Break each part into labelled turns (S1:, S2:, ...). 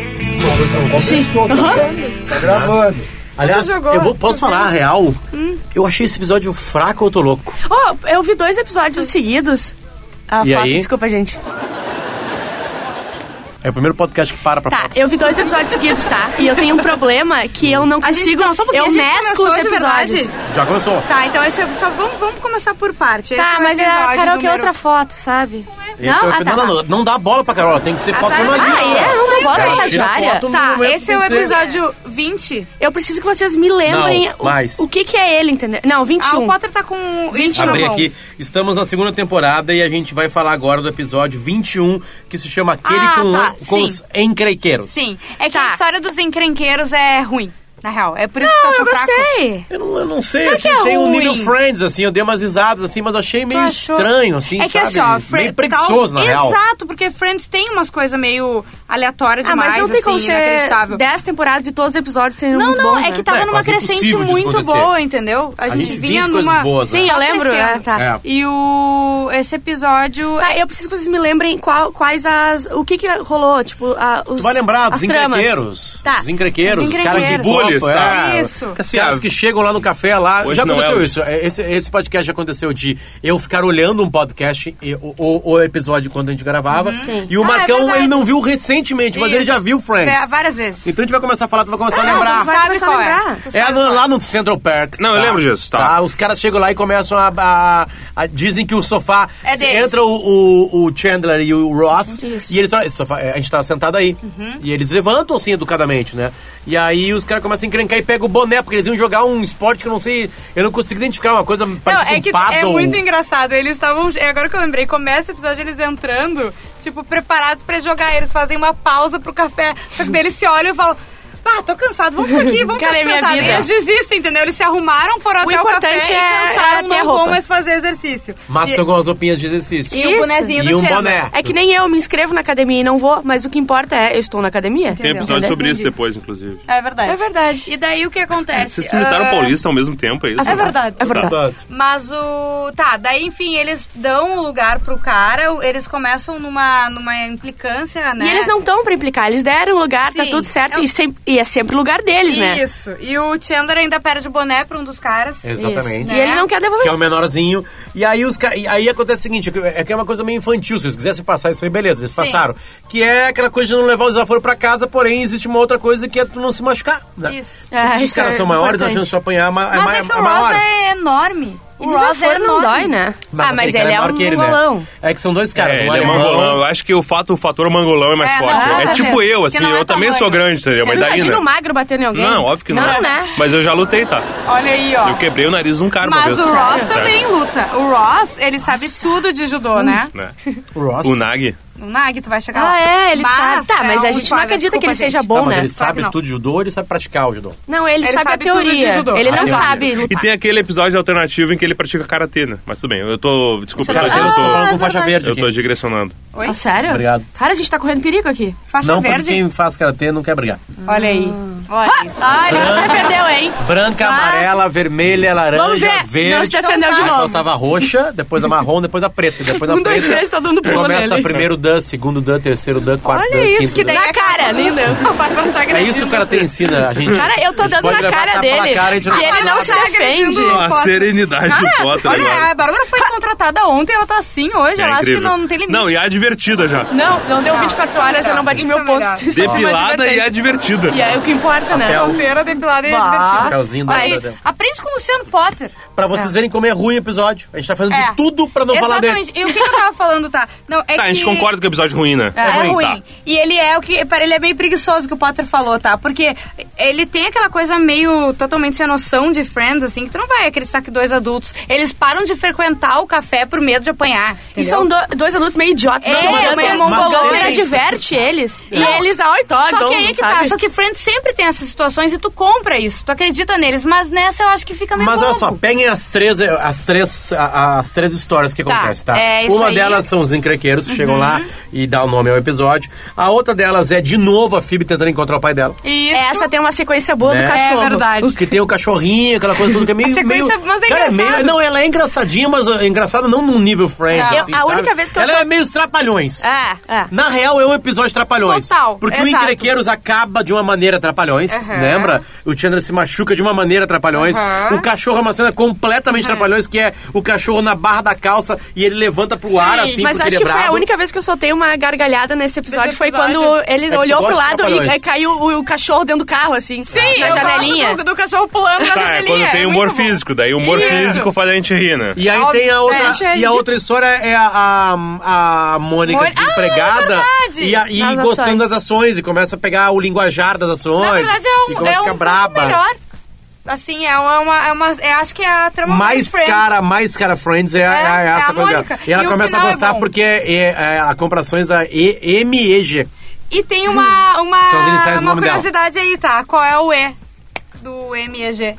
S1: coisa que eu não conversou, tá
S2: Uhum.
S1: vendo? Tá gravando.
S2: Aliás,
S3: Tu jogou, Hum.
S2: eu vou, posso
S3: tu
S2: falar a real? Eu achei esse episódio fraco ou tô louco?
S3: Oh, eu vi dois episódios seguidos. Ah,
S2: E
S3: Flávia,
S2: aí?
S3: desculpa, gente.
S2: É o primeiro podcast que para pra
S3: Tá,
S2: falar.
S3: eu vi dois episódios seguidos, tá? E eu tenho um problema que eu não
S4: A gente-
S3: consigo.
S4: não, só um pouquinho,
S3: eu
S4: a gente
S3: mesco
S4: começou
S3: os
S4: de verdade.
S3: episódios.
S2: Já começou.
S4: Tá, então esse é só vamos, vamos começar por parte. Esse
S3: Tá,
S4: é o
S3: mas a
S4: episódio
S3: Carol quer
S4: número-
S3: outra foto, sabe?
S2: Esse é o-
S3: Ah, tá.
S2: não, não, não dá bola pra Carol, tem que ser foto
S4: tá.
S2: jornalista.
S3: Ah, é? Não dá bola pra
S2: Ela tira
S3: estagiária?
S2: foto no
S4: Tá,
S2: momento
S4: esse é o
S2: que tem que ser.
S4: episódio 20.
S3: Eu preciso que vocês me lembrem
S2: Não,
S3: o-
S2: mais.
S3: o, que que é ele, entendeu? Não,
S4: Ah, o
S3: 21.
S4: Potter tá com 20 na
S2: Abri
S4: mão.
S2: aqui. Estamos na segunda temporada e a gente vai falar agora do episódio 21, que se chama Aquele
S4: Ah,
S2: com,
S4: tá,
S2: com
S4: sim.
S2: os encreiqueiros.
S4: Sim, é que
S3: Tá.
S4: a história dos encrenqueiros é ruim, na real. É por isso
S3: Não,
S4: que tá
S3: eu
S4: só fraco.
S3: gostei.
S2: Eu não, eu não sei,
S3: Não
S2: assim,
S3: que é
S2: tem um nível
S3: ruim.
S2: Friends, assim, eu dei umas risadas, assim, mas eu achei meio
S4: achou?
S2: estranho, assim,
S4: é que
S2: sabe?
S4: assim, ó,
S2: meio
S3: tá
S4: Fre-
S2: preguiçoso, na
S4: tal-
S2: real.
S4: Exato, porque Friends tem umas coisas meio aleatórias
S3: Ah,
S4: demais,
S3: mas não tem
S4: assim,
S3: como ser
S4: inacreditável.
S3: 10 temporadas e todos os episódios sendo
S4: Não,
S3: muito
S4: não,
S3: bons,
S4: é
S3: né?
S4: que tava
S2: É,
S4: numa
S2: quase
S4: crescente
S2: impossível de
S4: muito
S2: acontecer.
S4: boa, entendeu? A, gente,
S2: gente
S4: vinha
S2: vive coisas
S4: numa.
S2: boas, né?
S3: Sim, eu
S4: Só
S3: lembro,
S4: crescendo.
S3: é, tá.
S2: É.
S4: E o. Esse episódio. é
S3: Tá, eu preciso que vocês me lembrem qual- quais as. O que que rolou? Tipo, a, os.
S2: Tu vai lembrar
S3: as
S2: dos
S3: tramas.
S2: encrequeiros.
S3: Tá.
S2: Os encrequeiros,
S4: Os
S2: os, caras de
S4: encrenqueiros.
S2: bulhos,
S5: Bullies,
S2: tá?
S5: tá?
S4: Isso.
S2: Os caras que chegam lá no café lá.
S5: Hoje
S2: já
S5: não é
S2: aconteceu
S5: hoje.
S2: isso. Esse, esse podcast já aconteceu de eu ficar olhando um podcast e- ou ou- ou episódio quando a gente gravava. E o
S4: Ah, é
S2: Marcão,
S4: verdade.
S2: ele não viu recentemente, mas ele
S4: Isso.
S2: já viu Friends.
S4: É, várias vezes.
S2: Então a gente vai começar a falar, tu vai começar a
S4: Ah,
S2: lembrar.
S4: tu sabe
S3: Vai começar a
S4: qual é.
S3: lembrar?
S4: Tu
S2: É
S4: sabe
S2: no-
S4: qual
S2: lá no Central Park.
S5: Não, eu lembro disso, tá.
S2: Os caras chegam lá e começam a. a- a- dizem que o sofá.
S4: É deles.
S2: entra o, o- o Chandler e o Ross.
S3: Isso.
S2: E eles falam, "Esse sofá, é, a gente tá sentado aí.
S4: Uhum.
S2: E eles levantam assim educadamente, né? E aí os caras começam a encrencar e pegam o boné, porque eles iam jogar um esporte que eu não sei. Eu não consigo identificar uma coisa
S3: tá
S4: Não,
S2: parecida
S4: é
S2: com
S4: que é
S2: paddle.
S4: muito engraçado. Eles estavam. É agora que eu lembrei, começa o episódio eles entrando, tipo, preparados pra jogar. Eles fazem uma pausa pro café. Só que daí eles se olham e falam. Ah, tô cansado, vamos por aqui, vamos
S3: Cara, é
S4: pra
S3: minha
S4: sentada."
S3: vida.
S4: E eles desistem, entendeu? Eles se arrumaram, foram
S3: O
S4: até o café
S3: importante
S4: e
S3: é- é
S4: cansaram,
S3: ter
S4: não vão
S3: roupa.
S4: mais fazer exercício.
S2: Mas
S4: e,
S2: são algumas roupinhas de exercício.
S4: e o
S3: Isso.
S4: bonezinho do
S2: E um
S4: Chandler.
S2: boné.
S3: É que nem eu me inscrevo na academia e não vou, mas o que importa é eu estou na academia.
S4: Entendi.
S5: Tem episódio
S3: Entendeu?
S5: sobre isso
S4: Entendi.
S5: depois, inclusive.
S4: É verdade.
S3: É verdade.
S4: E daí o que acontece?
S5: Vocês imitaram
S4: Ah,
S5: Paulista ao mesmo tempo, é isso?
S4: É verdade.
S3: É verdade.
S2: Tá.
S4: Mas o. Tá, daí enfim, eles dão o lugar pro cara, o- eles começam numa, numa implicância, né?
S3: E eles não estão pra implicar, eles deram lugar, tá
S4: Sim.
S3: tudo certo
S4: Eu-
S3: e, sem- e é sempre lugar deles, né?
S4: Isso. E o Chandler ainda perde o boné pra um dos caras.
S2: Exatamente.
S4: Né?
S3: E ele não quer devolver.
S2: Que é o menorzinho. E aí os ca- e aí acontece o seguinte, é que- é que é uma coisa meio infantil, se eles quisessem passar isso aí, beleza, eles
S4: Sim.
S2: passaram. Que é aquela coisa de não levar o desaforo pra casa, porém existe uma outra coisa que é tu não se machucar, né?
S4: Isso.
S3: É,
S2: Os
S3: isso
S2: caras
S3: é
S2: são maiores, a
S3: importante.
S2: chance de apanhar é ma- é
S4: Mas
S2: ma-
S4: é que
S2: é
S4: o
S2: maior.
S4: Ross é enorme.
S3: E
S4: é
S3: desaforo não dói, né? ah,
S2: aquele
S3: mas ele é
S2: cara
S3: um
S2: maior que ele, né?
S3: mongolão.
S2: É que são dois caras, um
S5: É, ele é
S2: alemão.
S5: mangolão. Eu acho que o, fato, o fator mangolão é mais
S4: É, não,
S5: forte.
S4: com
S5: é
S4: certeza.
S5: tipo eu,
S4: Porque
S5: assim,
S4: não é
S5: eu também
S4: tamanho.
S5: sou grande, entendeu? Mas
S3: Tu
S5: daí,
S3: imagina
S5: né?
S3: um magro batendo em alguém?
S5: Não, óbvio que não.
S3: Não,
S5: é.
S3: né?
S5: Mas eu já lutei, tá?
S4: Olha aí, ó.
S5: Eu quebrei o nariz de um cara uma
S4: Mas
S5: vez.
S4: o Ross
S5: Certo.
S4: também luta. O Ross, ele sabe tudo de judô, né?
S5: Né?
S2: O Ross.
S5: O Nag.
S4: O Nag, tu vai chegar lá.
S3: Ah, é, ele
S4: Mas
S3: sabe. Tá, mas
S4: é
S3: a gente
S4: um
S3: não
S4: spoiler,
S3: acredita que
S4: desculpa,
S3: ele seja
S4: gente.
S2: Tá,
S3: bom,
S2: mas
S3: né?
S2: ele
S4: Claro que
S2: sabe
S4: não.
S2: tudo de judô, ele sabe praticar o judô.
S3: Não, ele,
S4: Ele
S3: sabe,
S4: sabe
S3: a
S4: tudo de
S3: teoria.
S4: judô. Ah,
S3: Ele
S4: A
S3: não
S4: teoria.
S3: sabe
S5: E
S3: lutar.
S5: tem aquele episódio alternativo em que ele pratica karatê, né? Mas tudo bem, eu tô. Desculpa,
S2: Os
S5: eu tô,
S2: caras
S5: eu
S2: têm
S5: tô-
S2: São Paulo com
S4: é
S2: faixa
S4: verdade.
S2: verde
S5: eu
S2: aqui.
S5: tô digressionando.
S4: Oi?
S3: Ah, sério?
S2: Obrigado.
S3: Cara, a gente tá correndo perigo aqui.
S4: Faixa
S2: Não, porque
S4: verde?
S2: quem faz karatê não quer brigar.
S4: Olha aí. Olha isso.
S3: Ah, ele não se defendeu, hein?
S2: Branca,
S3: Mas-
S2: amarela, vermelha,
S3: Tá. Vamos
S2: laranja,
S3: ver.
S2: verde.
S3: Não se defendeu de
S2: Aí
S3: novo.
S2: faltava a roxa, depois a marrom, depois a preta. Depois a
S3: Um, dois,
S2: preta.
S3: três, todo mundo pulou
S2: Começa
S3: nele.
S2: primeiro dan, segundo dan, terceiro dan, quarto dan,
S4: Olha isso,
S2: quinto
S4: que
S2: dan.
S4: daí
S3: Na
S4: é-
S3: cara, lindo.
S4: A Bárbara tá
S2: É isso que o cara tem ensina a gente.
S3: Cara, eu tô
S2: A gente
S3: dando
S2: pode
S3: na
S2: levar
S3: cara
S2: tapa
S3: dele.
S2: na cara, a gente
S3: E ele não se defende.
S4: tá agredindo o
S5: A
S4: Potter.
S5: serenidade do
S4: Cara,
S5: Potter
S4: Olha,
S5: agora.
S4: a Bárbara foi contratada ontem, ela tá assim hoje.
S5: É
S4: ela acha que
S5: incrível.
S4: não, não tem limite.
S5: Não, e a divertida já.
S3: Não, não deu
S4: Não,
S3: 24
S4: isso é
S3: horas, eu
S4: legal.
S3: não bati
S4: Isso é
S3: meu ponto.
S4: legal.
S3: Isso foi uma
S5: Depilada e é a
S3: advertência.
S5: divertida.
S3: E é o que importa, né?
S2: Papel.
S4: Solteira, depilada e
S3: Bah.
S4: divertida.
S2: Papelzinho da
S4: Aí,
S2: Bárbara.
S4: é Aprende com o Luciano Potter.
S2: Pra vocês verem como é ruim o episódio. A gente tá fazendo
S4: É.
S2: de tudo pra não falar dele.
S4: Exatamente. E o que que eu tava falando, tá? Não, é
S5: Tá, a gente
S4: que-
S5: concorda que o episódio é ruim, né?
S4: É ruim.
S5: Tá.
S4: E ele é o que. Pera, ele é meio preguiçoso que o Potter falou, tá? Porque ele tem aquela coisa meio totalmente sem noção de Friends, assim, que tu não vai acreditar que dois adultos. Eles param de frequentar o café por medo de apanhar.
S3: E
S4: entendeu?
S3: são do- dois alunos meio idiotas.
S4: É,
S3: não tem
S4: meio
S3: dança.
S4: mongolão.
S3: O Gomer
S2: Mas-
S3: diverte eles.
S4: Não.
S3: E eles, ai, tá,
S4: Só
S3: dão,
S4: que aí que tá,
S3: sabe?
S4: só que Friends sempre tem essas situações e tu compra isso, tu acredita neles, mas nessa eu acho que
S3: Tá
S4: fica meio
S2: Mas olha
S4: bobo.
S2: só, peguem as três, as três, a- as três histórias que
S4: Tá,
S2: acontecem, tá?
S4: é isso
S2: Uma
S4: aí.
S2: delas são os encrequeiros que chegam lá
S3: Uhum.
S2: e dá o nome ao episódio. A outra delas é, de novo, a Phoebe tentando encontrar o pai dela.
S4: Isso.
S3: Essa tem uma sequência boa
S2: Né?
S3: do cachorro.
S4: É verdade.
S2: Que tem o cachorrinho, aquela coisa toda que é meio.
S4: A sequência,
S2: meio-
S4: mas é
S2: cara,
S4: engraçado.
S2: meio, Não, ela é engraçadinha, mas é engraçada não num nível friend.
S4: Não.
S2: assim,
S3: Eu- a
S2: sabe?
S3: única vez que eu
S2: Ela
S3: só-
S4: Ah,
S2: é meio os trapalhões.
S3: É, é.
S2: Na real, Total é um episódio trapalhões.
S4: Total,
S2: Porque o
S4: exato.
S2: Entrequeiros acaba de uma maneira trapalhões,
S4: Aham.
S2: lembra? O Chandler se machuca de uma maneira trapalhões.
S4: Aham.
S2: O cachorro é uma cena completamente trapalhões, que é o cachorro na barra da calça e ele levanta pro ar assim,
S3: Mas eu
S2: porque ele
S3: acho
S2: é
S3: que foi a
S2: bravo.
S3: única vez que eu soltei uma gargalhada nesse episódio.
S2: Nesse
S3: foi
S2: episódio.
S3: quando ele
S2: É que
S3: olhou
S2: gosta
S3: pro
S2: de
S3: lado e
S2: trapalhões.
S3: aí caiu o, o cachorro dentro do carro, assim.
S4: Sim,
S3: na
S4: eu
S3: janelinha.
S4: gosto do, do cachorro pulando na
S5: Tá, é
S4: janelinha.
S5: quando tem
S4: é
S5: humor
S4: muito bom.
S5: físico, daí o humor
S4: Isso.
S5: físico faz a gente rir, né?
S2: E aí
S4: Óbvio.
S2: tem a
S4: É,
S2: outra.
S4: gente, é
S2: e a
S4: ridículo.
S2: outra história é a, a, a Mônica
S4: Mônica- Ah,
S2: desempregada
S4: é verdade.
S2: e, a- e
S3: Nas
S2: gostando
S3: ações.
S2: das ações e começa a pegar o linguajar das ações.
S4: Na verdade, é um,
S2: e começa
S4: é
S2: a ficar
S4: um pouco
S2: braba.
S4: melhor. Assim, é uma... É uma, é uma é, acho que é a trama
S2: mais
S4: Friends.
S2: cara, mais cara Friends é, é,
S4: é
S2: essa
S4: a
S2: coisa.
S4: Mônica.
S2: E ela
S4: E o
S2: começa a
S4: final é
S2: gostar
S4: bom.
S2: porque é, é a comparações da e, MEG.
S4: E tem uma, uma,
S2: São as Hum. iniciais do
S4: uma
S2: nome dela.
S4: curiosidade aí, tá? Qual é o E do MEG?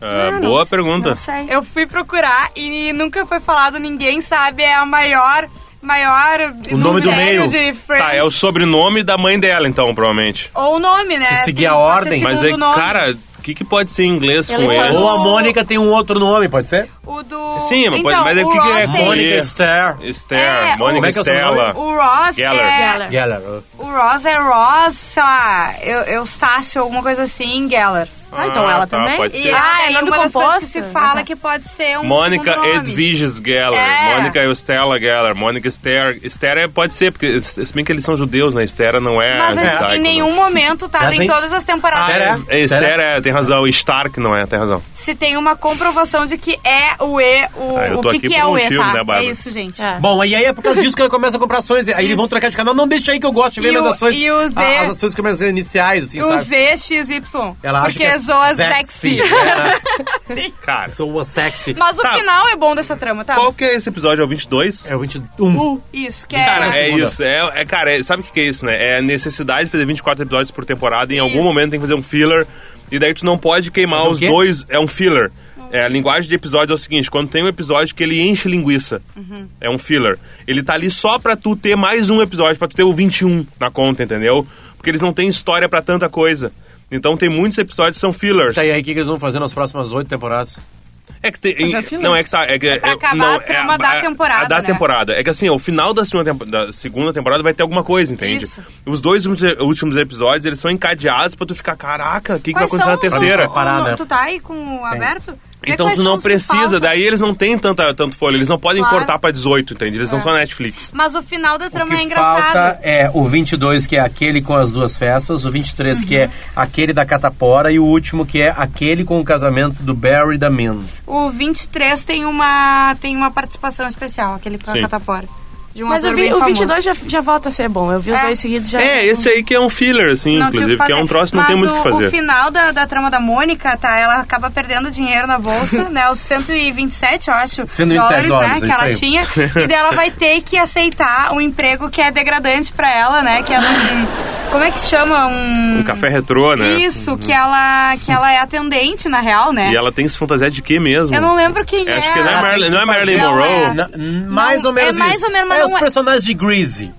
S5: Ah,
S3: não
S5: boa
S3: sei,
S5: pergunta.
S3: Não sei.
S4: Eu fui procurar e nunca foi falado, ninguém sabe, é a maior... Maior
S2: O nome do meio.
S4: mistério de Friends.
S5: Tá, é o sobrenome da mãe dela, então, provavelmente.
S4: Ou o nome, né?
S2: Se seguir
S4: Tem-
S2: a
S4: pode ser
S2: ordem. é
S5: Mas
S4: segundo
S5: aí,
S4: nome.
S5: cara, o que, que pode ser em inglês
S3: Ela
S5: com
S3: é
S5: ele?
S2: Ou a Mônica tem um outro nome, pode ser?
S4: O do.
S5: Sim, mas pode-
S4: então,
S5: mas é
S4: o
S5: o que que é
S4: Ross tem-
S5: Mônica?
S2: Mônica Esther.
S5: Esther,
S4: É,
S5: Mônica
S2: como é que é o
S5: Stella.
S4: O Ross
S5: Geller.
S4: é.
S3: Geller.
S2: Geller.
S4: O Ross é Ross, sei lá, Eu- Eustácio, alguma coisa assim, Geller.
S3: Ah, então ela
S5: tá,
S3: também?
S5: pode
S4: E
S5: ser.
S3: Ah, é
S4: aí
S3: nome
S4: uma das coisas que
S3: composto?
S4: se fala
S3: Ah, tá.
S4: que pode ser um.
S5: Mônica
S4: segundo nome.
S5: Edviges Geller,
S4: É.
S5: Mônica Eustella Geller, Mônica Esther. Esther é- pode ser, porque se bem que eles são judeus, né? Esther não é.
S4: Mas
S5: judaico,
S4: em
S5: né?
S4: nenhum momento, tá?
S2: Essa
S4: Em
S2: aí?
S4: todas as
S5: Ah,
S4: temporadas.
S2: Esther
S5: é,
S2: é?
S5: Esther
S2: Esther
S5: é, tem razão. Stark não é, tem razão.
S4: Se tem uma comprovação de que é o E, o,
S5: Ah, eu
S4: o
S5: tô
S4: que,
S5: aqui
S4: que
S5: por
S4: é
S5: um
S4: o E,
S5: motivo, né,
S4: tá? é
S5: Bárbara?
S4: isso, gente.
S3: É.
S2: Bom, e aí é por causa disso que ela começa a comprar ações. Aí eles vão trocar de canal. Não, deixa aí que eu gosto de ver
S4: E
S2: as
S4: o-
S2: ações.
S4: e o Z-
S2: a- as ações começam a ser iniciais, assim,
S4: O
S2: sabe?
S4: Z, X, Y.
S2: Ela acha
S4: porque
S2: que é
S4: zoa
S2: sexy. É,
S4: sexy.
S5: Cara,
S2: Soa sexy.
S4: Mas o
S5: Tá.
S4: final é bom dessa trama, tá?
S5: qual que é esse episódio? É o 22?
S2: É o 21.
S4: Isso, que
S5: Cara,
S4: é.
S5: é
S2: segunda.
S5: isso. É, é, cara, é- sabe o que, que é isso, né? É a necessidade de fazer 24 episódios por temporada. Em algum
S4: Isso.
S5: momento tem que fazer um filler. E daí tu não pode queimar
S2: Fazer o
S5: os
S2: quê?
S5: dois. É um filler. É, a linguagem de episódio é o seguinte: quando tem um episódio que ele enche linguiça,
S4: Uhum.
S5: é um filler. Ele tá ali só pra tu ter mais um episódio, pra tu ter o 21 na conta, entendeu? Porque eles não têm história pra tanta coisa. Então tem muitos episódios que são fillers.
S2: Tá, e aí o que que eles vão fazer nas próximas oito temporadas?
S5: É que tem.
S3: é
S5: em-
S3: fillers.
S5: não, é que tá. É, que,
S4: pra
S5: eu-
S4: acabar
S5: não,
S4: a trama
S5: é
S4: da temporada,
S5: A da
S4: né?
S5: temporada. É que assim, o final da segunda, tempo- da segunda temporada vai ter alguma coisa, entende?
S4: Isso.
S5: Os dois últimos, últimos episódios, eles são encadeados pra tu ficar, caraca, o que, que vai
S4: Quais
S5: acontecer na
S4: são os-
S5: terceira?
S4: o-
S2: Parar,
S4: o-
S2: né?
S4: Tu tá aí com o aberto? Vê
S5: Então
S4: quais
S5: tu
S4: são
S5: não
S4: os que faltam.
S5: precisa, daí eles não têm tanta, tanto folha, eles não podem
S4: Claro. É.
S5: cortar pra 18, entende? Eles não são Netflix.
S4: Mas o final da
S2: O
S4: trama
S2: que
S4: é engraçado.
S2: falta é o 22, que é aquele com as duas festas, o 23, que
S4: Uhum.
S2: é aquele da catapora, e o último, que é aquele com o casamento do Barry e da Min.
S4: O 23 tem uma, tem uma participação especial, aquele com a
S5: Sim.
S4: catapora. De um
S3: Mas o,
S4: ator
S3: vi,
S4: bem
S3: o
S4: famoso.
S3: 22 já, já volta a ser bom. Eu vi os
S4: É.
S3: dois seguidos já.
S5: É, esse aí que é um filler, assim,
S4: Não,
S5: inclusive,
S4: tinha
S5: que é
S4: fazer.
S5: um troço que não
S4: Mas
S5: tem muito o
S4: o
S5: que fazer.
S4: o final da, da trama da Mônica, tá? Ela acaba perdendo dinheiro na bolsa, né? Os 127, eu acho,
S2: 127 dólares,
S4: né?
S2: é
S4: que ela
S2: isso
S4: tinha. E daí ela vai ter que aceitar um emprego que é degradante pra ela, né? Que é um... Como é que chama? Um...
S5: Um café retrô, né?
S4: Isso, que, ela, que ela é atendente, na real, né?
S5: E ela tem se fantasiar de quê mesmo?
S4: Eu não lembro quem
S5: É,
S4: é.
S5: acho que não é,
S2: Ela
S5: Marle-
S2: tem que
S5: não é
S2: se fazer.
S5: Marilyn
S4: Não,
S5: Monroe.
S4: é.
S2: Na- mais
S4: Não,
S2: ou menos
S4: é mais
S2: isso.
S4: ou menos, mas
S2: é
S4: não
S2: os
S4: é.
S2: personagens de Greasy.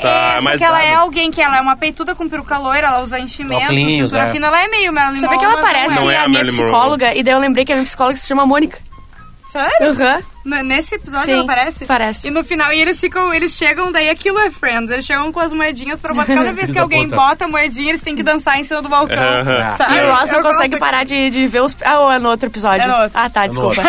S5: Tá,
S4: é, só
S5: mas-
S4: que ela é alguém que ela é uma peituda com peruca loira, ela usa enchimento,
S2: Óculos,
S4: cintura
S2: é.
S4: fina, ela é meio Marilyn
S3: Você vê que ela
S4: Monroe,
S3: parece
S4: mas não
S5: Não é a
S3: a minha
S5: Marilyn Monroe.
S3: psicóloga, e daí eu lembrei que a minha psicóloga se chama Mônica.
S4: é. Sério?
S3: Aham.
S4: N- Nesse episódio
S3: Sim,
S4: ela parece?
S3: parece.
S4: E no final, e eles ficam, eles chegam, daí aquilo é Friends, eles chegam com as moedinhas pra botar, cada vez
S2: Eles
S4: que alguém
S2: apontam.
S4: bota a moedinha, eles têm que dançar em cima do balcão,
S5: Aham.
S4: sabe?
S3: E o Ross não
S4: Ah, Eu
S3: consegue
S4: gosto-
S3: parar de, de ver os. Ah, ou é no outro episódio.
S4: É no outro.
S3: Ah, tá, desculpa.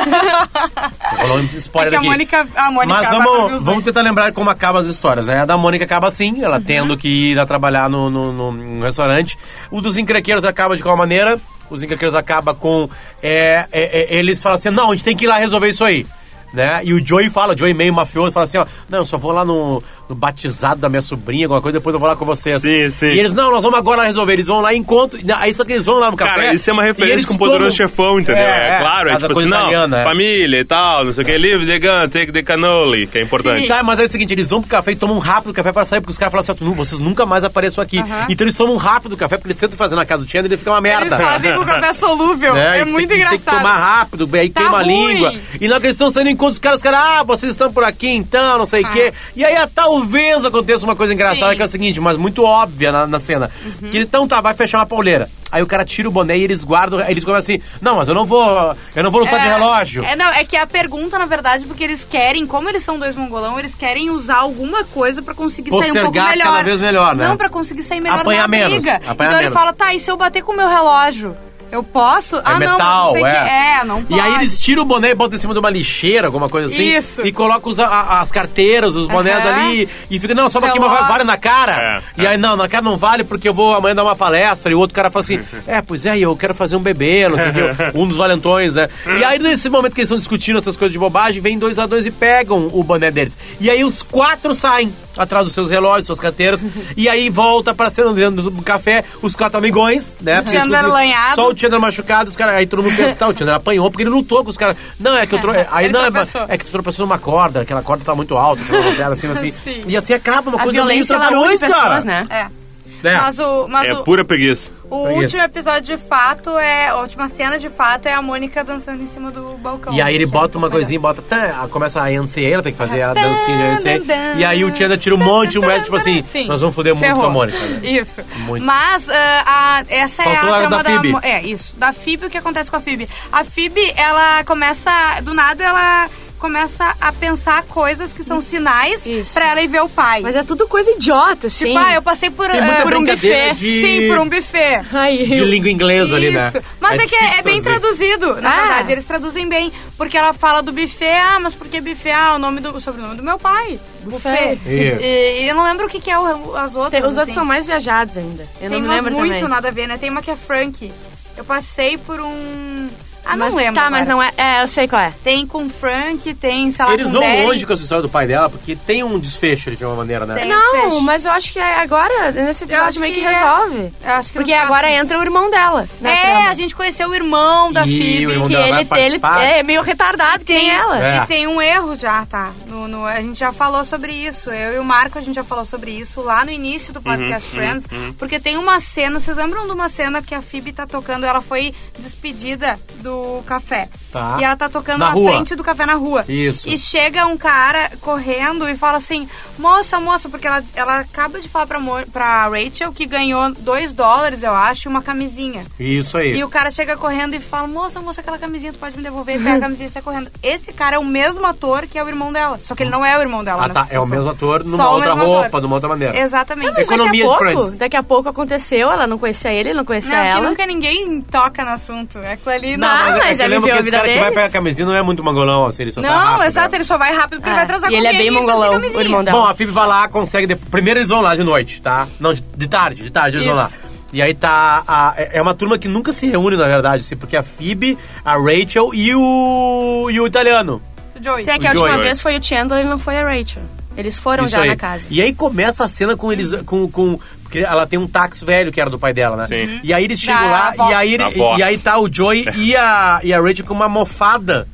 S2: Rolou um
S4: É
S2: spoiler
S4: que a
S2: aqui.
S4: Mônica, a Mônica
S2: Mas
S4: vai pra ver
S2: vamos,
S4: os
S2: vamos
S4: dois. Uhum.
S2: tentar lembrar como acaba as histórias, né? A da Mônica acaba assim, ela tendo que ir a trabalhar no, no- no- num restaurante. O dos encrequeiros acaba de qual maneira? Os encrequeiros acaba com... é, é, é, eles falam assim, não, a gente tem que ir lá resolver isso aí. Né? E o Joey fala, o Joey meio mafioso, fala assim, ó, não, eu só vou lá no, no batizado da minha sobrinha, alguma coisa, depois eu vou lá com vocês.
S5: Sim, sim.
S2: E eles, não, nós vamos agora resolver. Eles vão lá e encontram... Aí só que eles vão lá no café...
S5: Cara, isso é uma
S2: e
S5: referência
S2: eles
S5: com o poderoso
S2: tomam-
S5: chefão, entendeu? É, claro, é
S2: casa
S5: tipo
S2: coisa
S5: assim, não,
S2: italiana, é.
S5: família e tal, não sei o que, live the gun, take the cannoli, que é importante.
S2: Tá, mas é o seguinte, eles vão pro café e tomam rápido o café pra sair, porque os caras falam assim, "Ah, tu nu- vocês nunca mais apareçam aqui. Então eles tomam rápido o café, porque eles tentam fazer na casa do Chandler e ele fica uma merda.
S4: Eles fazem com o café solúvel,
S2: Né?
S4: é
S2: E tem
S4: muito
S2: que-
S4: engraçado.
S2: Tem que tomar rápido, aí
S4: Tá
S2: queima a
S4: ruim. Ah.
S2: língua. E na hora que eles estão saindo em encontro, os caras, os caras, ah, vocês estão por aqui então, não sei o quê. E aí tá o talvez aconteça uma coisa engraçada que é o seguinte, mas muito óbvia na, na cena.
S4: Uhum.
S2: Que ele, então tá, vai fechar uma pauleira. Aí o cara tira o boné e eles guardam, aí eles começam assim, não, mas eu não vou, eu não vou lutar de relógio.
S4: É, não, é que a pergunta, na verdade, é porque eles querem, como eles são dois mongolão, eles querem usar alguma coisa pra conseguir sair um pouco
S2: Postergar
S4: melhor.
S2: cada vez melhor, né?
S4: Não, pra conseguir sair melhor
S2: Apanhar
S4: na briga.
S2: menos, apanhar
S4: então ele
S2: menos.
S4: fala, tá, e se eu bater com o meu relógio? Eu posso?
S2: É
S4: ah, não, mas não
S2: metal,
S4: sei o
S2: é.
S4: que. É, não pode.
S2: E aí eles tiram o boné e botam em cima de uma lixeira, alguma coisa assim.
S4: Isso.
S2: E colocam os- a- as carteiras, os bonés
S4: Aham.
S2: ali. E fica, não, só pra queimar
S4: Relógio.
S2: vale na cara.
S5: É,
S2: e
S5: é.
S2: aí, não, na cara não vale porque eu vou amanhã dar uma palestra. E o outro cara fala assim, é, pois é, eu quero fazer um bebê, não sei o que. Um dos valentões, né? E aí, nesse momento que eles estão discutindo essas coisas de bobagem, vem dois a dois e pegam o boné deles. E aí os quatro saem atrás dos seus relógios, suas carteiras. e aí volta pra cena dentro do café, os quatro amigões, né? Porque eles
S4: Chandler
S2: conseguiram-
S4: lanhado.
S2: Só o Chandler machucado, os caras. Aí todo mundo pensa, tá, o Chandler apanhou porque ele lutou com os caras. Não, é que eu tro... Aí
S4: Ele tá
S2: não, é,
S4: tropeçou.
S2: é que tu tropeçou numa corda, aquela corda tá muito alta, você vai dela, assim, assim.
S4: Sim.
S2: E assim acaba uma
S6: A
S2: coisa meio
S6: violência, ela une
S2: trapalhões,
S6: pessoas,
S2: cara.
S6: né?
S4: É.
S2: É.
S4: Mas o, mas
S5: É
S4: o,
S5: pura preguiça.
S4: o
S2: É isso.
S4: último episódio de fato é. A última cena de fato é a Mônica dançando em cima do balcão.
S2: E aí ele
S4: que é
S2: bota uma
S4: legal.
S2: coisinha, bota. Tá, começa a NCA, ela tem que fazer a
S4: Tan,
S2: dancinha da
S4: tan, tan.
S2: NCA. E aí o Chandler tira um monte e um médico, tipo assim,
S4: Sim.
S2: nós vamos foder muito
S4: Ferrou.
S2: com a Mônica. né?
S4: Isso.
S2: Muito.
S4: Mas ah, a- essa
S2: Faltou
S4: é
S2: a
S4: a trama
S2: da Phoebe.
S4: mo- É, isso. Da Fib o que acontece com a Fib A Fib ela começa. Do nada, ela começa a pensar coisas que são sinais
S6: Isso.
S4: pra ela ir ver o pai.
S6: Mas é tudo coisa idiota, assim.
S4: tipo, ah, eu passei por,
S2: Tem
S4: ah,
S2: muita
S4: por um
S2: brincadeira
S4: buffet.
S2: de-
S4: Sim, por um buffet.
S6: Ai,
S2: De língua inglesa ali, né?
S4: Isso. Mas é, que é,
S2: difícil
S4: é bem
S2: traduzir.
S4: traduzido, na
S6: Ah.
S4: verdade. Eles traduzem bem. Porque ela fala do buffet, ah, mas por que buffet? Ah, o nome do o sobrenome do meu pai. Buffet.
S6: Buffet.
S2: Isso.
S4: E, e eu não lembro o que, que é o- as outras.
S6: Tem- os outros
S4: assim.
S6: são mais viajados ainda. Eu
S4: Tem
S6: não me
S4: umas
S6: lembro
S4: muito
S6: também.
S4: nada a ver, né? Tem uma que é Frank. Eu passei por um. Ah,
S6: mas,
S4: não lembro.
S6: Tá, mas
S4: agora.
S6: não é. É, eu sei qual é.
S4: Tem com Frank, tem, sei lá,
S2: Eles
S4: com
S2: vão
S4: Derry.
S2: longe com essa história do pai dela, porque tem um desfecho de uma maneira, né?
S4: Tem
S6: não,
S4: desfecho.
S6: mas eu acho que é agora, nesse
S4: acho
S6: episódio, meio que,
S4: que é.
S6: resolve.
S4: Eu Acho que
S6: Porque
S4: nos
S6: agora
S4: próximos.
S6: entra o irmão dela. né, Na
S4: É,
S6: trama.
S4: a gente conheceu o irmão da
S2: E
S4: Phoebe.
S2: o irmão
S6: que
S2: dela vai
S6: ele, ele
S2: participar.
S6: é meio retardado, que nem ela.
S2: É.
S4: E tem um erro já, tá? No, no- a gente já falou sobre isso. Eu e o Marco, a gente já falou sobre isso lá no início do podcast Friends. Porque tem uma cena, vocês lembram de uma cena que a Phoebe tá tocando? Ela foi despedida do café.
S2: Tá.
S4: E ela tá tocando
S2: Na
S4: na,
S2: rua.
S4: frente do café na rua.
S2: Isso.
S4: E chega um cara correndo e fala assim: Moça, moça, porque ela, ela acaba de falar pra, Mo- pra Rachel que ganhou 2 dólares, eu acho, e uma camisinha.
S2: Isso aí.
S4: E o cara chega correndo e fala: Moça, moça, aquela camisinha, tu pode me devolver? E Pega a camisinha e sai correndo. Esse cara é o mesmo ator que é o irmão dela. Só que ele não é o irmão dela.
S2: Ah,
S4: nessa
S2: tá. É o
S4: situação.
S2: mesmo ator numa
S4: Só o
S2: outra
S4: mesmo
S2: roupa,
S4: ator.
S2: de uma outra maneira. Tá, é
S4: Exatamente.
S6: Mas daqui
S2: Economia de
S6: a pouco,
S2: Friends.
S6: Daqui a pouco aconteceu, ela não conhecia ele, ele não conhecia
S4: Não, que
S6: ela.
S4: nunca ninguém toca no assunto. É aquilo ali.
S6: Não, mas
S2: que
S6: é
S2: eu lembro
S6: viver
S2: que
S6: a
S2: esse
S6: vida
S2: cara que vai
S6: deles.
S2: pegar a camisinha não é muito mongolão, assim, ele só tá
S4: Não,
S2: rápido,
S4: exato,
S2: né?
S4: ele só vai rápido porque
S6: É.
S4: ele vai transar
S6: E
S4: com
S6: ele é
S4: alguém
S6: bem
S4: não tem
S6: mongolão,
S4: camisinha.
S6: o irmão dela.
S2: Bom, a Phoebe vai lá, consegue... de- Primeiro eles vão lá de noite, tá? Não, de, de tarde, de tarde eles vão lá.
S4: Isso.
S2: E aí tá... a- é- é uma turma que nunca se reúne, na verdade, assim, porque a Phoebe, a Rachel e o, e o italiano.
S4: Joey.
S6: Se é que a
S5: O
S6: última
S5: Joey.
S6: vez foi o Chandler e não foi a Rachel. Eles foram
S3: um
S2: Isso
S6: já
S2: aí.
S6: na casa.
S2: E aí começa a cena com eles... Com, com, porque ela tem um táxi velho que era do pai dela, né?
S5: Sim. Uhum.
S2: E aí eles chegam
S4: Da
S2: lá
S4: avó.
S2: e aí, ele-
S5: Da avó.
S2: e aí tá o Joey e a, e a Rachel com uma mofada.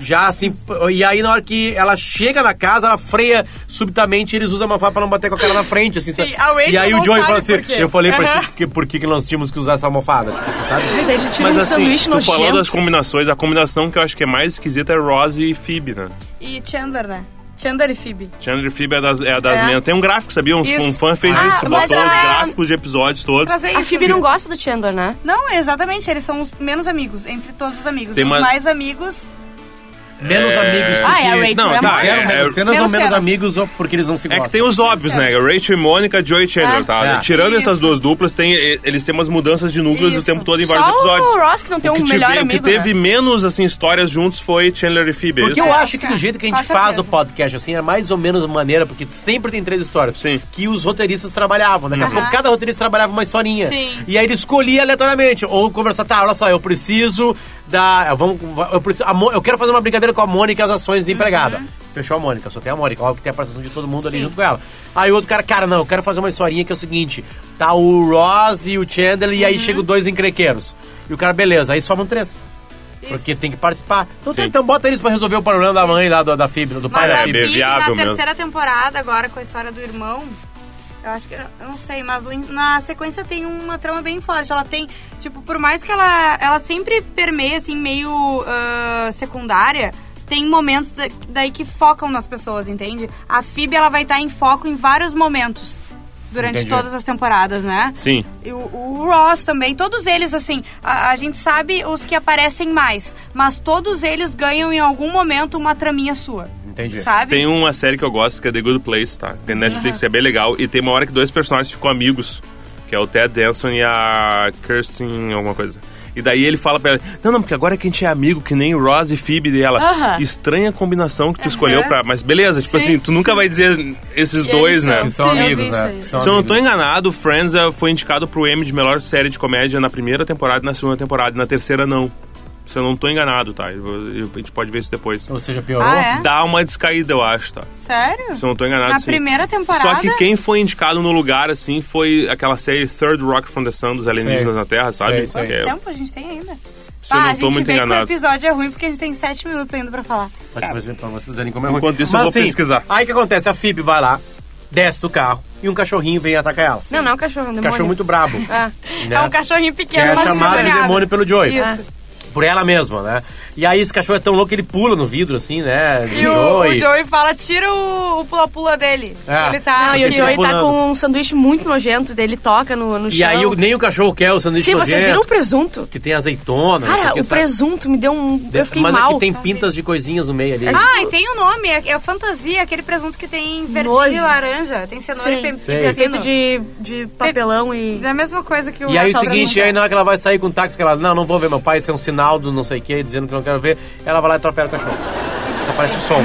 S2: Já assim, p- e aí na hora que ela chega na casa, ela freia subitamente eles usam a mofada pra não bater com a cara na frente, assim, sabe?
S4: a Rachel
S2: E aí o
S4: não
S2: Joey
S4: sabe
S2: fala assim,
S4: por quê.
S2: eu falei pra ti que, por que que nós tínhamos que usar essa mofada, tipo, você sabe?
S6: Ele tira
S2: assim,
S6: um sanduíche
S5: assim, tu
S6: nojento.
S5: falando das combinações, a combinação que eu acho que é mais esquisita é Rose e Phoebe, né?
S4: E Chandler, né? Chandler e Phoebe.
S5: Chandler e Phoebe é das, é das
S4: É.
S5: men- Tem um gráfico, sabia? Um,
S4: Isso.
S5: um fã fez
S4: Ah,
S5: isso,
S4: mas
S5: botou
S4: ela
S5: os
S4: é-
S5: gráficos de episódios todos.
S4: Trazer
S6: A
S4: isso.
S6: Phoebe não gosta do Chandler, né?
S4: Não, exatamente. Eles são os menos amigos, entre todos os amigos.
S5: Tem
S4: os
S5: uma-
S4: mais amigos.
S2: Menos
S5: É.
S2: amigos porque...
S6: Ah, é, a Rachel
S2: não,
S6: é a
S2: tá,
S5: mãe.
S2: eram
S5: É,
S2: menos
S5: é-
S2: cenas ou
S4: Menos
S2: menos
S4: cenas.
S2: amigos ou porque eles não se
S5: É
S2: gostam.
S5: que tem os óbvios, né? Rachel e Mônica, Joey e Chandler,
S6: É.
S5: tá?
S2: É.
S5: Tirando
S4: Isso.
S5: essas duas duplas, tem, e- eles têm umas mudanças de núcleos o
S4: Isso.
S5: tempo todo em vários
S6: Só
S5: episódios.
S6: o Ross que não tem
S5: o que
S6: um melhor
S5: tive-
S6: amigo.
S5: O que teve
S6: né?
S5: menos, assim, histórias juntos foi Chandler e Phoebe.
S2: Porque
S5: isso.
S2: eu
S4: É,
S2: acho que do
S4: cara,
S2: jeito que a
S4: com
S2: gente faz
S4: certeza.
S2: o podcast, assim, é mais ou menos maneira, porque sempre tem três histórias.
S5: Sim.
S2: Que os roteiristas trabalhavam, né? Daqui a
S4: Aham.
S2: pouco cada roteirista trabalhava uma historinha.
S4: Sim.
S2: E aí ele escolhia aleatoriamente. Ou conversar, tá, olha só, eu preciso da. eu Vamos, eu, preciso, a Mo- eu quero fazer uma brincadeira com a Mônica e as ações de
S4: Uhum.
S2: empregada. Fechou a Mônica, só tem a Mônica, óbvio que tem a participação de todo mundo ali
S4: Sim.
S2: junto com ela. Aí o outro cara, cara, não, eu quero fazer uma historinha que é o seguinte: tá o Ross e o Chandler, e
S4: Uhum.
S2: aí chegam dois encrequeiros. E o cara, beleza, aí somam três. Porque tem que participar. Então,
S5: Sim.
S2: tá, então bota eles pra resolver o problema da mãe lá, do- da Fib, do pai né?
S4: Mas
S2: da
S4: a
S5: é
S2: Fib.
S5: bem
S4: Phoebe, na
S5: viável mesmo.
S4: terceira temporada, agora com a história do irmão, eu acho que. Eu não sei, mas lá em- na sequência tem uma trama bem forte. Ela tem. Tipo, por mais que ela, ela sempre permeia, assim, meio ah, secundária. tem momentos da- daí que focam nas pessoas, entende? A Phoebe, ela vai estar em foco em vários momentos durante
S2: Entendi.
S4: todas as temporadas, né?
S5: Sim.
S4: E o, o Ross também, todos eles, assim, a, a gente sabe os que aparecem mais, mas todos eles ganham em algum momento uma traminha sua,
S2: Entendi.
S4: sabe?
S5: Tem um- uma série que eu gosto que é The Good Place, tá? Tem Netflix, é bem legal. E tem uma hora que dois personagens ficam amigos, que é o Ted Danson e a Kirsten, alguma coisa. E daí ele fala pra ela, não, não, porque agora que a gente é amigo, que nem Ross e Phoebe dela.
S6: Aham.
S5: Estranha combinação que tu escolheu
S4: Aham.
S5: pra... Mas beleza, tipo
S6: Sim.
S5: assim, tu nunca vai dizer esses dois, né?
S2: Que são
S6: Sim, eu
S2: amigos,
S6: vi
S2: né?
S6: isso aí.
S2: Que são
S5: Se eu não tô
S2: amigos.
S5: enganado, Friends eh, foi indicado pro Emmy de melhor série de comédia na primeira temporada, na segunda temporada, e na terceira não. Se eu não tô enganado, tá? Eu vou- eu- a gente pode ver isso depois.
S2: Ou seja, piorou.
S4: Ah, é?
S5: Dá uma descaída, eu acho, tá?
S4: Sério?
S5: Se eu não tô enganado,
S4: Na
S5: sim.
S4: primeira temporada?
S5: assim. Só que quem foi indicado no lugar, assim, foi aquela série Third Rock from the Sun dos alienígenas
S2: Sei.
S5: na Terra, sabe?
S2: Sei, sei.
S5: Que
S4: Quanto
S5: é-
S4: tempo a gente tem ainda?
S5: eu não
S4: Pá, Então a
S5: tô
S4: gente
S5: muito
S4: vê que o
S5: enganado.
S4: episódio é ruim porque a gente tem sete minutos ainda pra falar.
S2: Mas depois vem pra vocês verem como é ruim.
S5: Enquanto isso, eu
S2: Mas,
S5: vou pesquisar.
S2: Aí o que acontece? A Phoebe vai lá, desce do carro e um cachorrinho vem atacar ela.
S6: Não, não é um cachorro, é um demônio.
S2: Cachorro muito brabo.
S6: Ah.
S2: né?
S4: É um cachorrinho
S2: Que é
S4: pequeno, mas
S2: chamado de
S4: endemoniado.
S2: demônio pelo Joey. É.
S4: Isso.
S2: Por ela mesma, né? E aí esse cachorro é tão louco que ele pula no vidro, assim, né?
S4: E o, o Joey fala, tira o o pula-pula dele.
S2: É.
S4: Ele tá...
S6: Não, e o
S2: Ele
S6: Joey
S2: tá
S6: tá
S2: pulando.
S6: com um sanduíche muito nojento, daí ele toca no, no
S2: E
S6: chão.
S2: aí o- nem o cachorro quer o sanduíche
S6: Sim, vocês
S2: nojento,
S6: viram o presunto?
S2: Que tem azeitona, não sei
S6: Cara,
S2: que,
S6: o
S2: sabe?
S6: presunto me deu um... Eu fiquei
S2: Mas é
S6: mal.
S2: que tem pintas de coisinhas no meio ali.
S4: Ah, e tem o nome, é, é fantasia, aquele presunto que tem verdinho
S6: Nojo.
S4: e laranja. Tem cenoura
S6: Sim,
S4: e pe-
S2: sei.
S4: e
S6: É
S4: pepino.
S6: feito de, de papelão e...
S4: É a mesma coisa que o...
S2: E aí o
S4: açougue
S2: seguinte,
S4: não
S2: aí
S4: dá.
S2: na hora que ela vai sair com o táxi, que ela, não, não vou ver meu pai, isso é um sinal do não sei o que, dizendo que não quero ver, ela vai lá e atropela o cachorro. Só parece o som.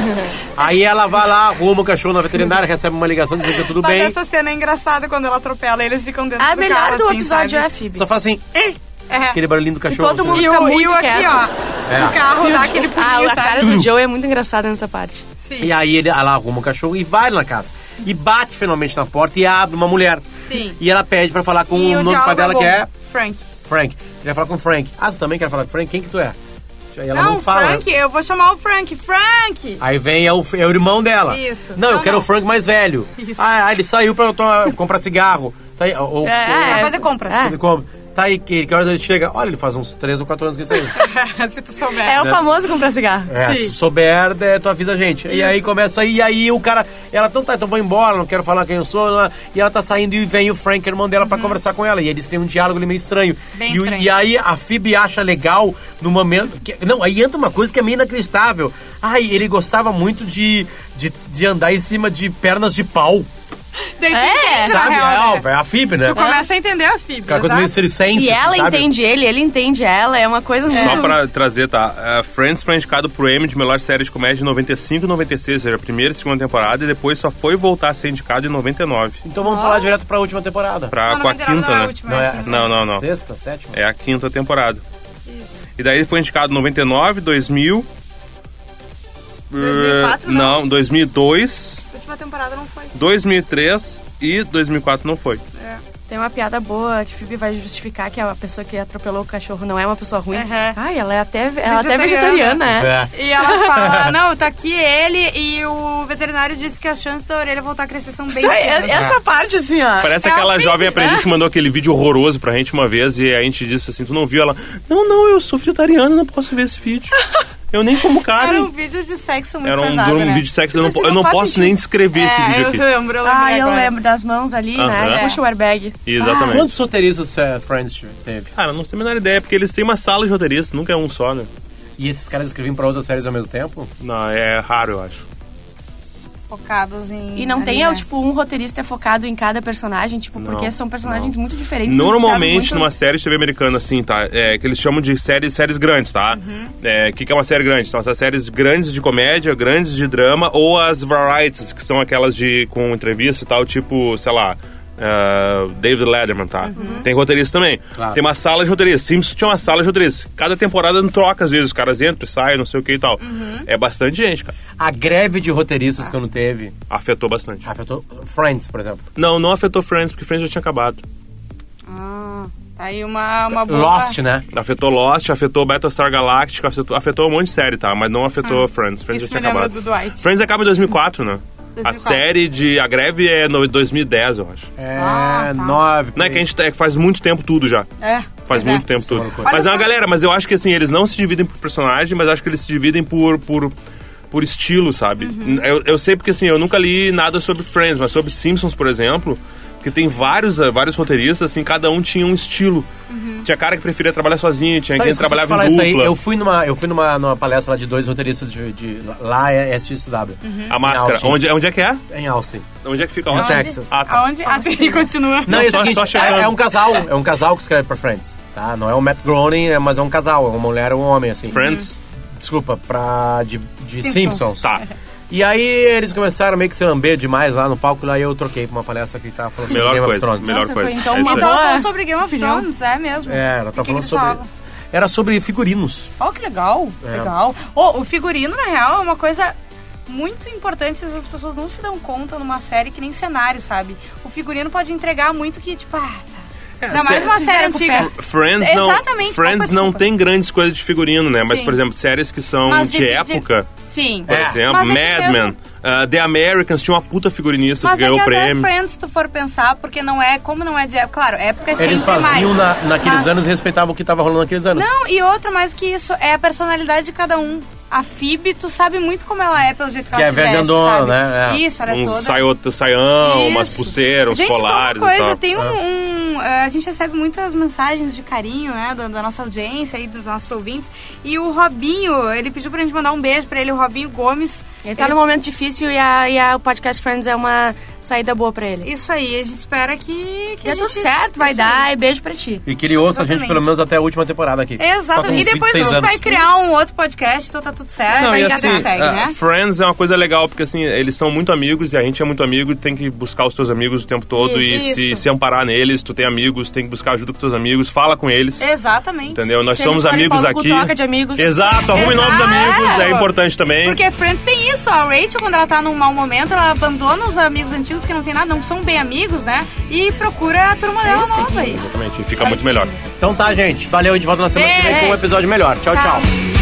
S2: Aí ela vai lá, arruma o cachorro na veterinária, recebe uma ligação dizendo que tá tudo
S4: Mas
S2: bem.
S4: essa cena é engraçada quando ela atropela, eles ficam dentro
S6: É A
S4: do carro,
S6: melhor do
S4: assim,
S6: episódio é a
S4: sabe?
S6: Phoebe.
S2: Só faz assim, "Eh",
S4: é...
S2: aquele barulhinho do cachorro.
S6: todo
S2: assim,
S6: mundo
S2: né?
S4: E
S6: Fica
S4: o,
S6: muito
S4: e o aqui,
S6: quieto.
S4: ó,
S2: É.
S4: do carro,
S6: E o
S4: dá
S6: Joe-
S4: aquele
S6: ah,
S4: pulinho,
S6: a cara
S4: sabe?
S6: do Joe é muito engraçada nessa parte.
S4: Sim.
S2: E aí ele, ela arruma o cachorro e vai na casa. E bate finalmente na porta e abre uma mulher.
S4: Sim.
S2: E ela pede pra falar com
S4: E
S2: o
S4: o
S2: nome do pai
S4: diálogo
S2: dela, que é
S4: bom. Frank.
S2: Frank. Queria falar com o Frank. Ah, tu também quer falar com o Frank? Quem que tu é? Aí ela não,
S4: não,
S2: fala. né?
S4: Frank, eu vou chamar o Frank. Frank!
S2: Aí vem é o, é o irmão dela.
S4: Isso.
S2: Não, eu
S4: Não,
S2: quero
S4: não.
S2: o Frank mais velho. Ah, ah, ele saiu pra eu to- comprar cigarro. Tá aí, ou,
S6: É.
S4: Pra fazer compras.
S2: ou- ele compra. Tá aí, que, que horas ele chega? Olha, ele faz uns 3 ou 4 anos que ele saiu.
S4: Se tu souber.
S6: É o famoso comprar cigarro.
S2: É, se souber, é, tu avisa a gente. E aí começa aí, e aí o cara. Ela, então tá, então vou embora, não quero falar quem eu sou. lá. E ela tá saindo e vem o Frank, irmão dela, pra conversar com ela. E eles têm um diálogo ali meio estranho.
S4: Bem
S2: e, o-
S4: estranho.
S2: e aí a Phoebe acha legal no momento. que- não, aí entra uma coisa que é meio inacreditável. Ai, ele gostava muito de, de, de andar em cima de pernas de pau.
S4: Daí tu
S6: É,
S4: entende, na
S2: Sabe? é,
S4: real, né?
S2: óbvio, é a Phoebe, né?
S4: Tu começa a entender a fibra, tá?
S2: Aquela coisa meio circense, assim,
S6: E ela
S2: sabe?
S6: entende ele, ele entende ela, é uma coisa muito...
S5: Só pra trazer, tá? eh, Friends foi indicado pro Emmy de melhor série de comédia em 95 e 96, ou seja, a primeira e segunda temporada, e depois só foi voltar a ser indicado em 99.
S2: Então vamos falar direto pra última temporada.
S5: Pra, com a quinta,
S4: não é a
S5: né?
S4: última,
S2: Não,
S4: é a
S2: é,
S4: quinta.
S5: Não, não, não.
S2: Sexta, sétima.
S5: É a quinta temporada. E daí foi indicado 99, 2000.
S4: 2004
S5: eh,
S4: não?
S5: Não, 2002,
S4: A última temporada não foi.
S5: 2003 e 2004 não foi.
S6: Tem uma piada boa que Phoebe vai justificar que a pessoa que atropelou o cachorro não é uma pessoa ruim.
S4: Aham.
S6: Ai, ela é até, ela é até
S4: Vegetariana.
S6: vegetariana, é.
S2: É.
S4: E ela fala, não, tá aqui ele e o veterinário disse que as chances da orelha voltar a crescer são bem
S6: Isso aí,
S4: pequenas.
S6: é- essa parte, assim, ó.
S5: Parece
S4: É
S5: aquela
S4: horrível,
S5: jovem aprendiz que mandou aquele vídeo horroroso pra gente uma vez e a gente disse assim: Tu não viu? Ela, não, não, eu sou vegetariana, não posso ver esse vídeo. Eu nem como
S4: Era
S5: carne.
S4: um vídeo de sexo muito
S5: Era um,
S4: pesado,
S5: um
S4: né?
S5: vídeo de sexo, eu não,
S6: Tipo
S5: po-
S6: assim,
S5: eu
S6: não
S5: não
S6: faz
S5: posso nem descrever esse
S4: é,
S5: vídeo
S4: eu
S5: aqui.
S4: lembro, eu lembro
S6: Ah, eu
S4: é agora.
S6: lembro das mãos ali, né?
S5: Aham.
S6: Puxa o airbag.
S5: Exatamente.
S4: Ah.
S2: Quantos roteiristas é, Friends teve?
S5: Cara, não tenho a menor ideia, porque eles têm uma sala de roteiristas, nunca é um só, né?
S2: E esses caras escreviam pra outras séries ao mesmo tempo?
S5: Não, é raro, eu acho.
S4: Focados em...
S6: E não
S4: ali,
S6: tem,
S4: né?
S6: é, tipo, um roteirista focado em cada personagem, tipo, porque são personagens muito diferentes. eles
S5: Normalmente,
S6: trabalham
S5: numa
S6: muito...
S5: série de TV americana, assim, tá? É, que eles chamam de séries, séries grandes, tá?
S6: Uhum.
S5: O que, que é uma série grande? São essas séries grandes de comédia, grandes de drama, ou as varieties, que são aquelas de com entrevista e tal, tipo, sei lá. ah, David Letterman, tá?
S6: Uhum.
S5: Tem roteirista também.
S2: Claro.
S5: Tem uma sala de roteirista. Simpsons tinha uma sala de roteirista. Cada temporada não troca, às vezes, os caras entram e saem, não sei o que e tal.
S6: Uhum.
S5: É bastante gente, cara.
S2: A greve de roteiristas que eu não teve
S5: Afetou bastante.
S2: afetou Friends, por exemplo.
S5: Não, não afetou Friends, porque Friends já tinha acabado.
S4: Ah, tá aí uma, uma boa...
S2: Lost, né?
S5: Afetou Lost, afetou Battlestar Galactica, afetou, afetou um monte de série, tá? Mas não afetou Friends. Friends
S4: Ah, isso
S5: já
S4: me
S5: tinha
S4: lembra
S5: acabado.
S4: do Dwight.
S5: Friends acaba em 2004, né? A
S4: 2004.
S5: série de. A greve é no 2010, eu acho.
S2: É,
S4: Ah, tá.
S2: nove.
S5: Não é que a gente tá- é que faz muito tempo tudo já.
S4: É,
S5: Faz
S4: pois
S5: muito
S4: é.
S5: tempo tudo.
S2: Olha
S5: Mas é uma
S4: só.
S5: galera, mas eu acho que assim, eles não se dividem por personagem, mas acho que eles se dividem por, por por estilo, sabe?
S4: Uhum.
S5: Eu, eu sei porque, assim, eu nunca li nada sobre Friends, mas sobre Simpsons, por exemplo, porque tem vários, eh, vários roteiristas, assim, cada um tinha um estilo.
S4: Uhum.
S5: Tinha cara que preferia trabalhar sozinho, tinha
S2: Sabe,
S5: quem
S2: isso que eu
S5: trabalhava
S2: falar
S5: em
S2: isso aí,
S5: dupla.
S2: eu fui numa, eu fui numa, numa palestra lá de dois roteiristas de, de- lá é SXW.
S4: Uhum.
S5: A máscara.
S2: Austin.
S5: Onde, onde é que é?
S2: Em Austin.
S5: Onde é que fica?
S2: No
S5: Onde?
S2: Texas.
S5: Ah, tá.
S4: Aonde? A
S6: assim.
S4: Tini continua.
S2: Não,
S5: Não,
S2: é o
S5: só-
S2: seguinte,
S5: só chegando.
S2: é, é um casal, é um casal que escreve pra Friends, tá? Não é o Matt Groening, é- mas é um casal, é uma mulher e um homem, assim.
S5: Friends.
S2: Desculpa, pra... de, de Simpsons.
S4: Simpsons.
S5: Tá.
S2: E aí eles começaram meio que se lamber demais lá no palco, e aí eu troquei pra uma palestra que tava falando sobre
S5: Melhor
S2: Game of
S5: coisa.
S2: Thrones.
S5: Melhor
S6: Nossa,
S5: coisa.
S6: foi então
S5: É isso
S6: uma
S5: aí.
S4: Então,
S6: boa-
S4: falando sobre Game of
S6: Opinião.
S4: Thrones, é mesmo.
S2: É, ela tá
S4: O que
S2: falando
S4: que ele
S2: sobre...
S4: falava?
S2: Era sobre figurinos.
S4: Ó, que legal, legal. Ô, o figurino, na real, é uma coisa muito importante, às vezes as pessoas não se dão conta numa série que nem cenário, sabe? O figurino pode entregar muito que, tipo, ah, tá. Ainda mais uma série
S6: Fizeram com
S4: antiga.
S5: Friends não,
S4: Exatamente,
S5: Friends
S4: opa,
S5: não
S4: desculpa.
S5: tem grandes coisas de figurino, né? Mas,
S4: Sim.
S5: por exemplo, séries que são
S4: Mas
S5: um de,
S4: de- de-
S5: época,
S4: Sim.
S5: por
S2: É.
S5: exemplo,
S4: Mas é que
S5: Mad
S4: mesmo-
S5: Men, ah, The Americans tinha uma puta figurinista
S4: Mas
S5: que
S4: é
S5: ganhou
S4: que
S5: o
S4: até
S5: prêmio.
S4: Friends, se tu for pensar, porque não é, como não é de época, claro, época é sempre
S2: Eles faziam
S4: mais.
S2: na- naqueles
S4: Mas-
S2: anos e respeitavam o que tava rolando naqueles anos.
S4: Não, e outra mais do que isso, é a personalidade de cada um. A Phoebe, tu sabe muito como ela é pelo jeito que,
S2: Que
S4: ela
S2: é
S4: se veste,
S2: vergandona,
S4: sabe?
S2: né? É.
S4: Isso, ela é
S5: Um
S4: toda...
S5: saioto, saião, umas
S4: Isso.
S5: pulseiras, uns
S4: gente,
S5: colares
S4: só uma
S5: e
S4: coisa,
S5: tal.
S4: tem um,
S2: É.
S4: um, eh, A gente recebe muitas mensagens de carinho, né? Da, da nossa audiência e dos nossos ouvintes. E o Robinho, ele pediu pra gente mandar um beijo pra ele, o Robinho Gomes.
S6: Ele tá num momento difícil e, a, e a- o podcast Friends é uma saída boa pra ele.
S4: Isso aí, a gente espera que. que
S6: E
S4: a
S6: é tudo
S4: gente-
S6: certo, vai
S4: Isso aí.
S6: dar. E beijo pra ti.
S2: E que ele ouça a gente
S4: Exatamente.
S2: pelo menos até a última temporada aqui. Tá com
S4: Exatamente.
S2: uns
S4: E depois a
S2: 26
S4: gente vai
S2: anos.
S4: criar um outro podcast, então tá tudo certo.
S5: Não,
S4: vai
S5: e
S4: engatar,
S5: assim,
S4: segue,
S5: ah,
S4: né?
S5: Friends é uma coisa legal, porque assim, eles são muito amigos e a gente é muito amigo, tem que buscar os teus amigos o tempo todo e
S4: Isso.
S5: se, se amparar neles, tu tem amigos, tem que buscar ajuda com teus amigos, fala com eles.
S4: Exatamente.
S5: Entendeu? Nós
S6: Se eles
S5: somos
S6: forem
S5: amigos
S6: pau no cu,
S5: aqui.
S6: troca de amigos.
S5: Exato, arrume
S4: Exato.
S5: novos amigos, é importante também.
S4: Porque Friends tem isso, a Rachel, quando ela tá num mau momento, ela abandona os amigos antigos que não tem nada, não são bem amigos, né? E procura a turma dela nova aí.
S5: Exatamente, e fica muito melhor.
S2: Então tá, gente. Valeu, de volta na semana que vem com um
S4: Beijo.
S2: episódio melhor. tchau. tchau.